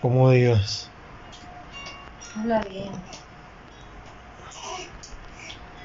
Como digas. Habla bien.